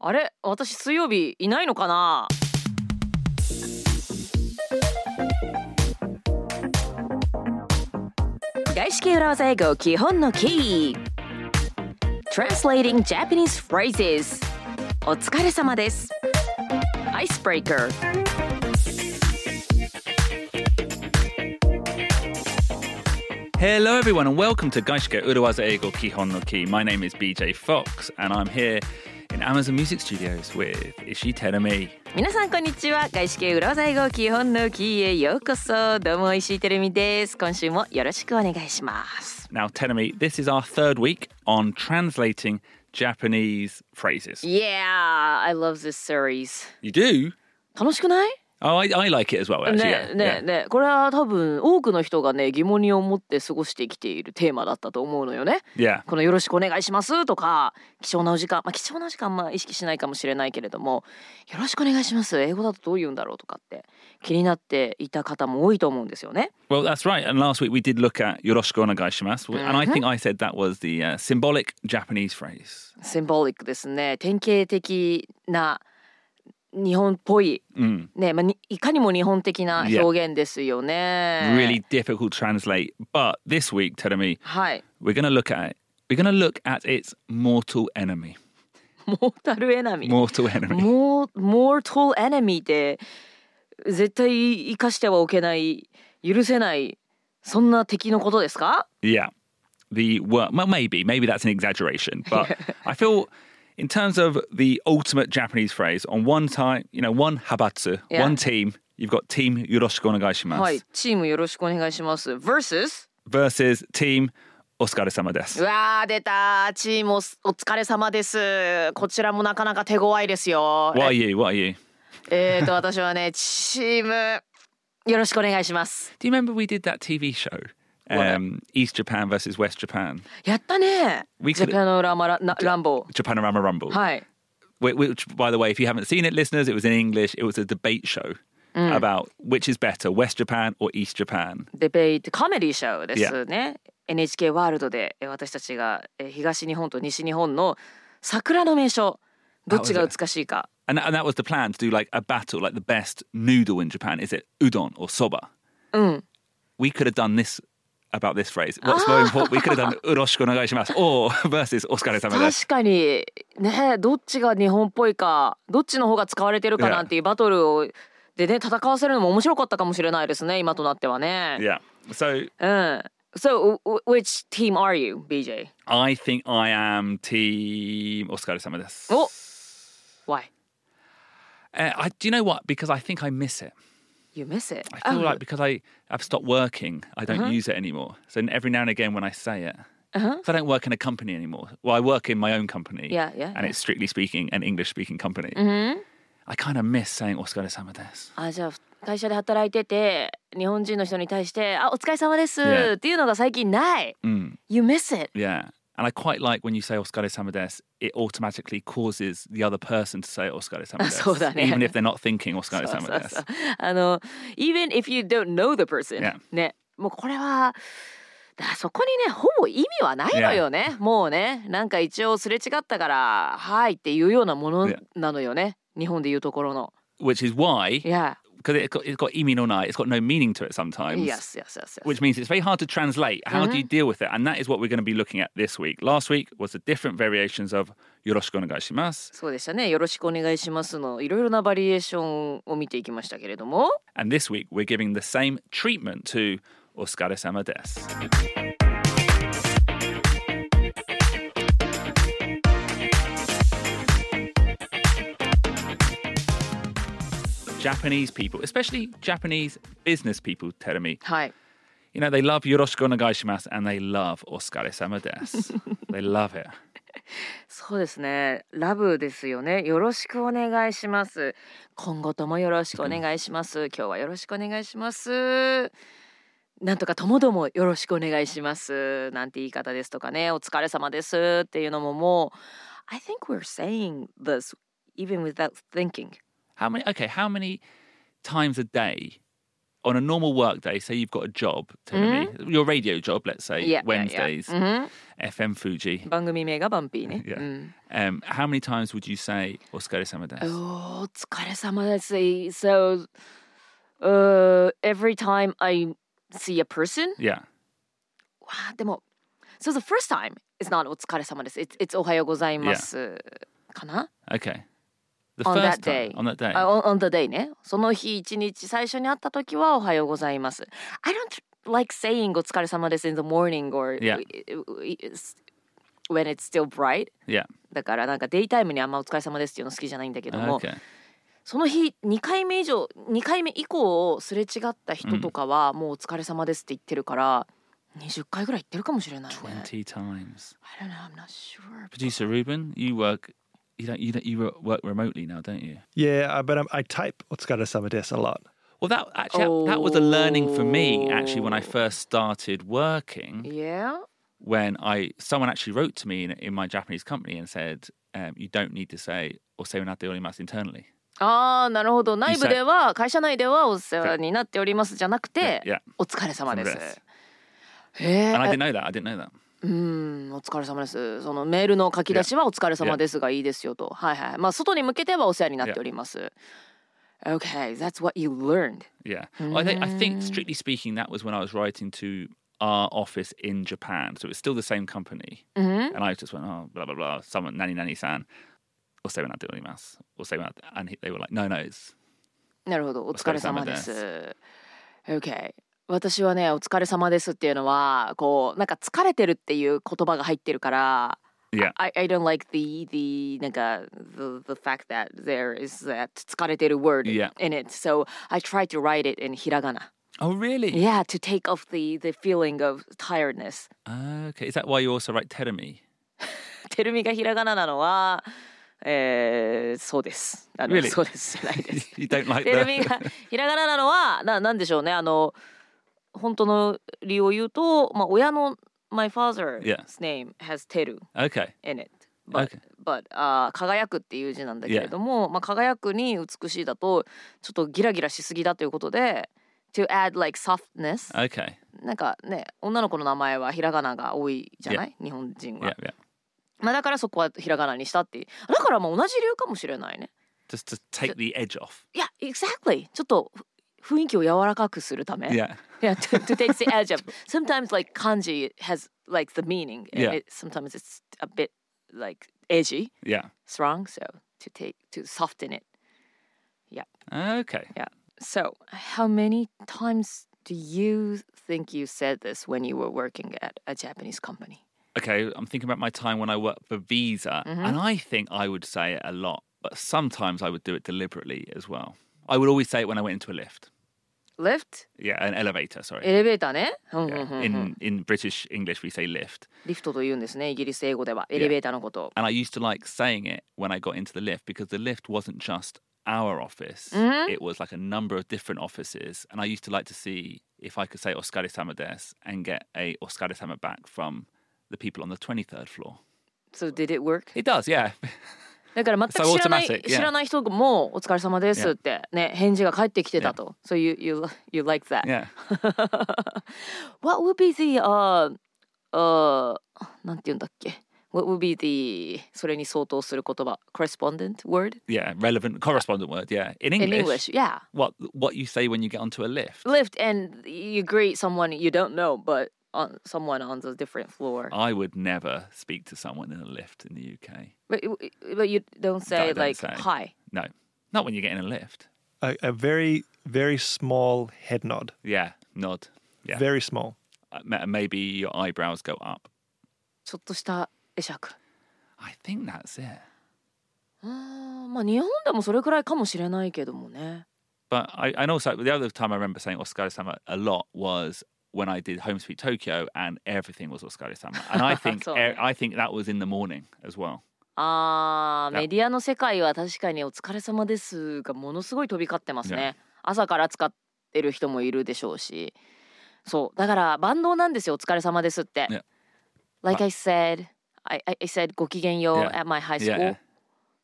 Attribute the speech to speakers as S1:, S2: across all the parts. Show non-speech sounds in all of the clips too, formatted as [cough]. S1: あれ私水曜日いないのかな外資系裏技英語基本のキー Translating Japanese Phrases お疲れ様ですアイスブレイカー
S2: Hello, everyone, and welcome to Gaishike Urawaza Eigo Kihon no Ki. My name is BJ Fox, and I'm here in Amazon Music Studios with Ishi Terumi.
S1: 皆さんこんにちは外資系裏技英語基本のキーへようこそどうも石井てるみです今週もよろしくお願いします
S2: Now, Terumi, this is our third week on translating Japanese phrases.
S1: Yeah I love this series
S2: You do?
S1: 楽しくない
S2: Oh, I, I like it as well,
S1: ね
S2: actually. yeah,
S1: えねえ
S2: yeah.
S1: ねえこれは多分多くの人がね疑問に思って過ごしてきているテーマだったと思うのよね。
S2: Yeah.
S1: この「よろしくお願いします」とか貴重なお時間まあ貴重なお時間まあ意識しないかもしれないけれども「よろしくお願いします」英語だとどう言うんだろうとかって気になっていた方も多いと思うんですよね。
S2: Well, that's right. And last week we did look at Yoroshiku onegai shimasu, and I think I said that was the uh, symbolic Japanese phrase.
S1: シンボリックですね典型的な日本っぽい、
S2: Mm.
S1: ねまあ、にいかにも日本的な
S2: Yeah.
S1: 表現ですよね。
S2: Really difficult to translate. But this week, Terumi,
S1: はい。 [laughs]
S2: we're going to look at it. We're going to look at its mortal enemy.
S1: モータルエナミー [laughs]
S2: Mortal enemy.
S1: モーモートルエネミーって絶対生かしてはおけない許せないそんな敵のことですか
S2: Yeah. The word, well, maybe, maybe that's an exaggeration, but I feel in terms of the ultimate Japanese phrase, on one time, you know, one habatsu,
S1: Yeah.
S2: one team, you've got team yoroshiku onegai
S1: はい
S2: shimasu
S1: チームよろしくお願いします versus
S2: versus team oskare sama desu.
S1: うわー出たチームおお疲れ様ですこちらもなかなか手強いですよ
S2: What are you? What are you?
S1: えっと私はねチームよろしくお願いします。
S2: Do you remember we did that TV show? Um, East Japan versus West Japan,
S1: やったね。
S2: We
S1: ジ
S2: could-
S1: ャパンのラマラなランボ
S2: Japanorama Rumble.
S1: ー。はい。
S2: Wh- Which, by the way, if you haven't seen it, listeners, it was in English. It was a debate show about which is better, West Japan or East Japan.
S1: デベイトカメディショーですね。NHK ワールドでえー私たちがえー東日本と西日本の桜の名所どっちが美しいか。
S2: And that, and that was the plan to do like a battle, like the best noodle in Japan. Is it udon or soba? We could have done this about this phrase. What's more important? We could have done uroshiku onegaishimasu or [laughs] versus oskare sama desu.
S1: 確かにねどっちが日本っぽいかどっちの方が使われてるかなんていうバトルをでね戦わせるのも面白かったかもしれないですね今となってはね。
S2: Yeah. So
S1: うん。So w- which team are you, BJ?
S2: I think I am team oskare sama desu.
S1: Oh. Why?
S2: Uh, I, do you know what? Because I think I miss it.
S1: You miss it.
S2: I feel like because I, I've stopped working, I
S1: Uh-huh.
S2: don't use it anymore. So every now and again when I say it, so I don't work in a company anymore. Well, I work in my own company.
S1: Yeah, Mm. yeah,
S2: And it's strictly speaking an English speaking company. I kind of miss saying Oscar de Samades.
S1: あじゃあ会社で働いてて日本人の人に対して「あお疲れ様です」
S2: Yeah.
S1: っていうのが最近ない。
S2: Mm,
S1: You miss it.
S2: yeah. And I quite like when you say Oscar de Samades, it automatically causes the other person to say Oscar
S1: [laughs]
S2: de Samades.
S1: that, yeah.
S2: even if they're not thinking Oscar de
S1: そうそうそう
S2: Samades.
S1: あの even if you don't know the person、
S2: Yeah.
S1: ねもうこれはだからそこにねほぼ意味はないのよね、もうねなんか一応すれ違ったから「はい」っていうようなもの
S2: Yeah.
S1: なのよね日本でいうところの。
S2: Which is why,
S1: y e a
S2: because it got, it's got imi no nai, it's got no meaning to it sometimes.
S1: Yes, yes, yes, yes.
S2: which means it's very hard to translate. How do you deal with it? And that is what we're going to be looking at this week. Last week was the different variations of yoroshiku onegaishimasu,
S1: そうでしたね。よろしくお願いしますのいろいろなバリエーションを見ていきましたけれども。
S2: and this week we're giving the same treatment to oskare sama desu. Japanese people, especially Japanese business people, Terumi,
S1: はい。
S2: you know, they love yoroshiku onegaishimasu and they love oskare sama desu. they love it.
S1: そうですね。ラブですよね。よろしくお願いします。今後ともよろしくお願いします。今日はよろしくお願いします。なんとかともどもよろしくお願いします。なんて言い方ですとかね。お疲れ様ですっていうのももう I think we're saying this even without thinking.
S2: How many? Okay, how many times a day on a normal work day, say you've got a job, Jeremy, your radio job, let's say,
S1: Mm-hmm. Yeah, yeah, yeah.
S2: Wednesdays,
S1: Mhm.
S2: FM Fuji.
S1: 番組名がバンピーね。
S2: [laughs] Yeah.
S1: うん、
S2: Um, how many times would you say "oskare sama
S1: お
S2: desu"?
S1: ーお疲れ様です。So、uh, every time I see a person,
S2: Yeah,
S1: わあでも、so the first time is not お疲れ様です。It's, it's おはようございます。かな
S2: okay. The
S1: On that
S2: first time-
S1: day. Oh.
S2: on that day.
S1: あ on, on the day ね。その日一日最初に会った時はおはようございます。I don't like saying お疲れ様です in the morning or、
S2: Yeah.
S1: when it's still bright.
S2: yeah.
S1: だからなんかデイタイムにあんまお疲れ様ですっていうの好きじゃないんだけども、
S2: Okay.
S1: その日2回目以上2回目以降すれ違った人とかはもうお疲れ様ですって言ってるから20回ぐらい言ってるかもしれない、ね。
S2: Twenty times.
S1: I don't know, I'm not sure.
S2: Producer Ruben, you work. You don't. You don't. You re- work remotely now, don't you?
S3: Yeah, uh, but I'm, I type Otsukare sama desu a lot.
S2: Well, that actually that- that was a learning for me. Actually, when I
S1: Oh.
S2: first started working,
S1: Yeah?
S2: when I someone actually wrote to me in, in my Japanese company and said, um, "You don't need to say or say onate orimasu internally."
S1: ああ、なるほど。内部
S2: said-
S1: では会社内ではお世話になっておりますじゃなくて
S2: Yeah, Uh, yeah.、
S1: お疲れ様で
S2: そうですす。
S1: へ
S2: And I
S1: え
S2: didn't。know that. I didn't know that.
S1: うん、お疲れ様です。そのメールの書き出しはお疲れ様ですがいいですよと。はいはい。まあ外に向けてはお世話になっております。Okay, that's what you learned.
S2: Yeah, I think I think strictly speaking, that was when I was writing to our office in Japan. So it's still the same company, and I just went, "Oh, blah blah blah." Someone, nanny nanny san, or say onate orimasu, or say onate, and he- they were like, "No, no, it's
S1: なるほど、お疲れ様で
S2: お疲
S1: す。Okay. 私はね、お疲れ様ですっていうのは、こう、なんか疲れてるっていう言葉が入ってるから、
S2: yeah,
S1: I, I don't like the the なんか the the fact that there is that 疲れてる word
S2: Yeah.
S1: in it. So I try to write it in hiragana.
S2: [laughs] oh really?"
S1: Yeah, to take off the the feeling of tiredness.
S2: Okay, is that why you also write terumi?
S1: てるみがひらがななのは、えー、そうです。あの
S2: Really?
S1: そうですじゃないです。
S2: [laughs] You don't like
S1: てるみ
S2: that? [laughs]
S1: がひらがななのはななんでしょうねあの本当の理由を言うと、まあ親の my father's
S2: Yeah.
S1: name has てる。
S2: Okay,
S1: in it. But,
S2: Okay.
S1: but あー輝くっていう字なんだけれども、まあ、輝くに美しいだとちょっとギラギラしすぎだということで to add like softness、
S2: okay,
S1: なんかね女の子の名前はひらがなが多いじゃない、日本人は、
S2: yeah, yeah.
S1: まあ、だからそこはひらがなにしたっていうだからまあ同じ理由かもしれないね
S2: Just to take the edge off.
S1: いや exactly ちょっとふ雰囲気を柔らかくするた [laughs] め
S2: Yeah.
S1: Yeah, to, to take the edge
S2: [laughs]
S1: of. Sometimes, like kanji has like the meaning. and
S2: Yeah.
S1: It, sometimes it's a bit like edgy.
S2: Yeah.
S1: strong, so to take to soften it.
S2: Okay.
S1: So, how many times do you think you said this when you were working at a Japanese company?
S2: Okay. I'm thinking about my time when I worked for Visa, and I think I would say it a lot, but sometimes I would do it deliberately as well. I would always say it when I went into a lift.
S1: Lift,
S2: Yeah, an elevator. Sorry.
S1: エレベーターね。Mm, うんうん
S2: Yeah.
S1: うん
S2: In in British English, we say lift,
S1: リフトと言うんですね、イギリス英語では。エレベーターのことを。
S2: and I used to like saying it when I got into the lift because the lift wasn't just our office; it was like a number of different offices, and I used to like to see if I could say "oskare sama desu" and get a "oskare sama" back from the people on the twenty third floor.
S1: So did it work?
S2: It does, yeah.
S1: だから全く知らない
S2: automatic, yeah.
S1: 知らない人もお疲れ様ですってね、返事が返ってきてたと。So you you you like that?
S2: Yeah.
S1: [laughs] What would be the uh uh なんて言うんだっけ What would be the それに相当する言葉 correspondent word
S2: Yeah. Relevant correspondent word. Yeah. In English.
S1: in English? Yeah.
S2: What what you say when you get onto a lift.
S1: Lift and you greet someone you don't know, but on someone on the different floor.
S2: I would never speak to someone in a lift in the UK.
S1: But you- but you don't say
S2: don't
S1: like
S2: say.
S1: hi.
S2: No. Not when you get in a lift.
S3: A, a very, very small head nod.
S2: Yeah. Nod. Yeah.
S3: Very small.
S2: Uh, ma- Maybe your eyebrows go up.
S1: ちょっとした会釈。
S2: I think that's it.
S1: うーんまあ日本でもそれくらいかもしれないけどもね。
S2: But I and also the other time I remember saying Oscar Sama a lot was when I did Home Sweet Tokyo and everything was Oscar Sama. And
S1: [laughs]
S2: I think
S1: So-
S2: e- I think that was in the morning as well.
S1: あー
S2: だ
S1: メディアの世界は確かに「お疲れ様です」がものすごい飛び交ってますね。朝から使ってる人もいるでしょうしそうだから万能なんですよ「お疲れ様です」って。
S2: Yeah.
S1: Like I said I, I I said ごきげんよう
S2: Yeah.
S1: at my high
S2: Yeah,
S1: school、
S2: yeah.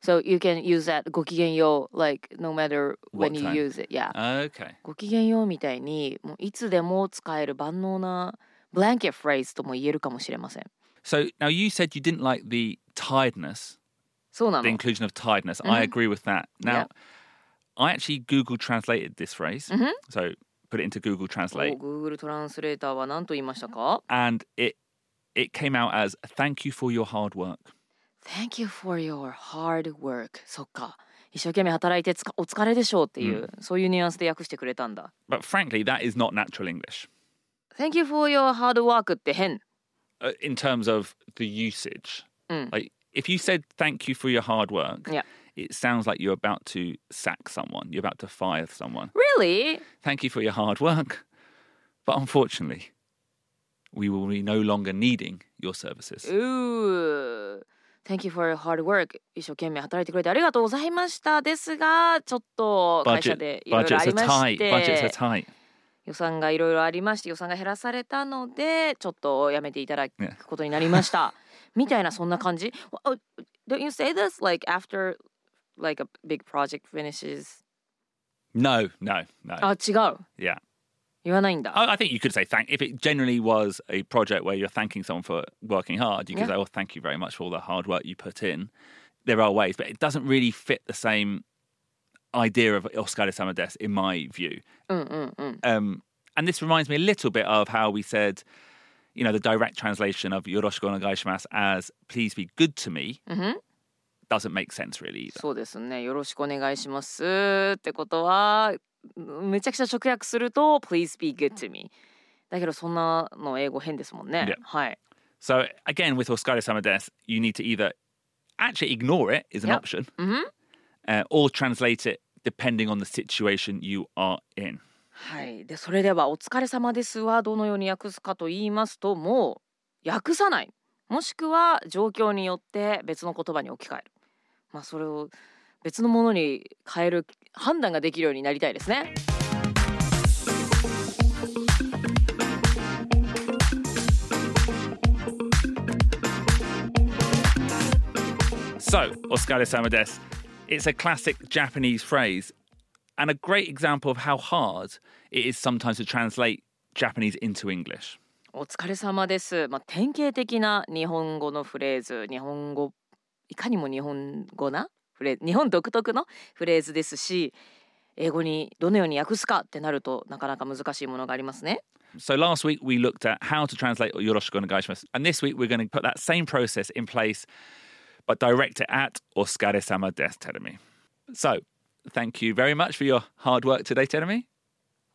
S1: So you can use that ごきげんよう like no matter when
S2: What
S1: you
S2: time?
S1: use it. Yeah.
S2: Okay.
S1: ごきげんようみたいにもういつでも使える万能な blanket phrase とも言えるかもしれません。
S2: So now you said you didn't like the tiredness,
S1: そうな
S2: the
S1: の。
S2: inclusion of tiredness. I agree with that. Now,
S1: Mm-hmm. Yeah.
S2: I actually Google translated this phrase.
S1: Mhm.
S2: So put it into Google
S1: お
S2: Translate,
S1: Google トランスレーターは何と言いましたか
S2: and it it came out as "Thank you for your hard work."
S1: Thank you for your hard work. そっか。一生懸命働いてつかお疲れでしょうっていう、そういうニュアンスで訳してくれたんだ。
S2: But frankly, that is not natural English
S1: Thank you for your hard work って変。
S2: uh, in terms of the usage.
S1: Mm.
S2: Like if you said "Thank you for your hard work,"
S1: Yeah.
S2: it sounds like you're about to sack someone, you're about to fire someone.
S1: Really?
S2: Thank you for your hard work, but unfortunately, we will be no longer needing your services.
S1: Ooh. Thank you for your hard work. 一生懸命働いてくれてありがとうございました。ですが、ちょっと会社
S2: Budget-
S1: でいろいろあ
S2: budgets
S1: り
S2: are
S1: ま
S2: tight.
S1: して、
S2: Budgets are tight.
S1: 予算がいろいろありまして、予算が減らされたので、ちょっとやめていただ
S2: ね
S1: くことになりました。みたいなそんな感じ。Oh, Don't you say this like after like a big project finishes?
S2: No, no, no.
S1: あ、違う。
S2: yeah,
S1: 言わないんだ。
S2: I, I think you could say thank. If it generally was a project where you're thanking someone for working hard, you could
S1: Yeah.
S2: say, "Oh, thank you very much for all the hard work you put in." There are ways, but it doesn't really fit the same idea of Oscar de Samades, in my view.
S1: うんうんうん。
S2: Um, and this reminds me a little bit of how we said, you know, the direct translation of Yoroshiku onegai shimasu as "Please be good to me"
S1: うんふん
S2: doesn't make sense really either.
S1: そうですね。よろしくお願いしますってことは、めちゃくちゃ直訳すると、Please be good to me。だけど、そんなの英語変ですもんね。
S2: Yeah.
S1: はい。
S2: So again, with Oscar de Samades, you need to either actually ignore it is an
S1: Yeah.
S2: option,
S1: うんふん
S2: uh, or translate it depending on the situation you are in.
S1: はい。で、それでは、お疲れ様ですはどのように訳すかと言いますと、もう訳さない。もしくは、状況によって別の言葉に置き換える。まあ、それを別のものに変える判断ができるようになりたいですね。
S2: So Oscar de Samades, it's a classic Japanese phrase and a great example of how hard it is sometimes to translate Japanese into English.
S1: お疲れ様です。まあ、典型的な日本語のフレーズ、日本語いかにも日本語なフレーズ、日本独特のフレーズですし、英語にどのように訳すかってなるとなかなか難しいものがありますね。
S2: So last week we looked at how to translate Yoroshiku onegai shimasu, and this week we're going to put that same process in place, but direct it at Oscar de Samades Terumi. So thank you very much for your hard work today, Terumi.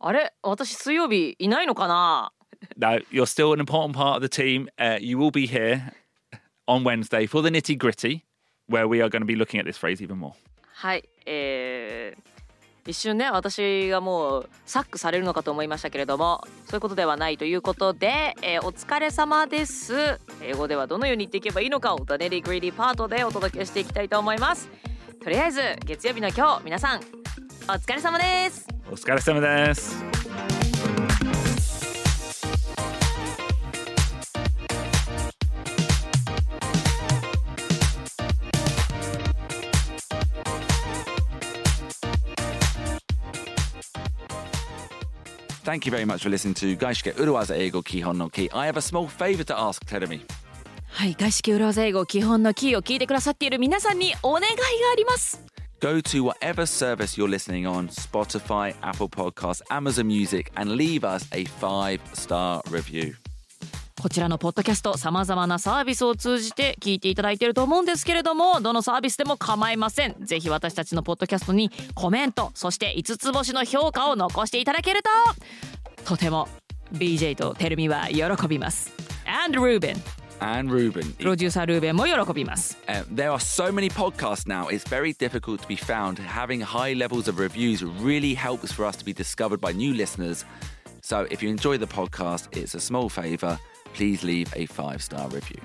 S1: あれ、私水曜日いないのかな。
S2: No, you're still an important part of the team. Uh, you will be here on Wednesday for the nitty gritty, where we are going to be looking at this phrase even more.
S1: はい、えー一瞬ね私がもうサックされるのかと思いましたけれどもそういうことではないということで、えーお疲れ様です英語ではどのように言っていけばいいのかをダネリーグリーディーパートでお届けしていきたいと思いますとりあえず月曜日の今日皆さんお疲れ様です
S2: Oskar this.
S4: Thank you very much for listening to Gaishike Uruwaza Eigo Kihon no Ki. I have a small favor to ask, Terumi.
S1: はい外資系裏技英語基本のキーを聞いてくださっている皆さんにお願いがあります
S4: Go to whatever service you're listening on Spotify, Apple Podcasts, Amazon Music and leave us a five star review.
S1: こちらのポッドキャストさまざまなサービスを通じて聞いていただいていると思うんですけれどもどのサービスでも構いませんぜひ私たちのポッドキャストにコメントそして5つ星の評価を残していただけるととても BJ とテルミは喜びます And ルーベン
S4: And Ruben,
S1: プロデューサールーベンも喜びます
S4: uh, there are so many podcasts now, it's very difficult to be found. Having high levels of reviews really helps for us to be discovered by new listeners. So if you enjoy the podcast, it's a small favor. Please leave a five star review.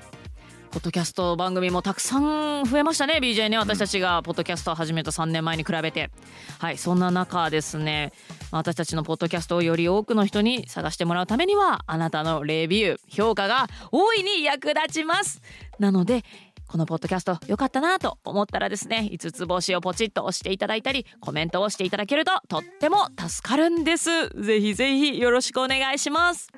S1: ポッドキャスト番組もたくさん増えましたね BJ ね私たちがポッドキャストを始めた3年前に比べてはいそんな中ですねまあ私たちのポッドキャストをより多くの人に探してもらうためにはあなたのレビュー評価が大いに役立ちますなのでこのポッドキャスト良かったなと思ったらですね5つ星をポチッと押していただいたりコメントをしていただけるととっても助かるんですぜひぜひよろしくお願いします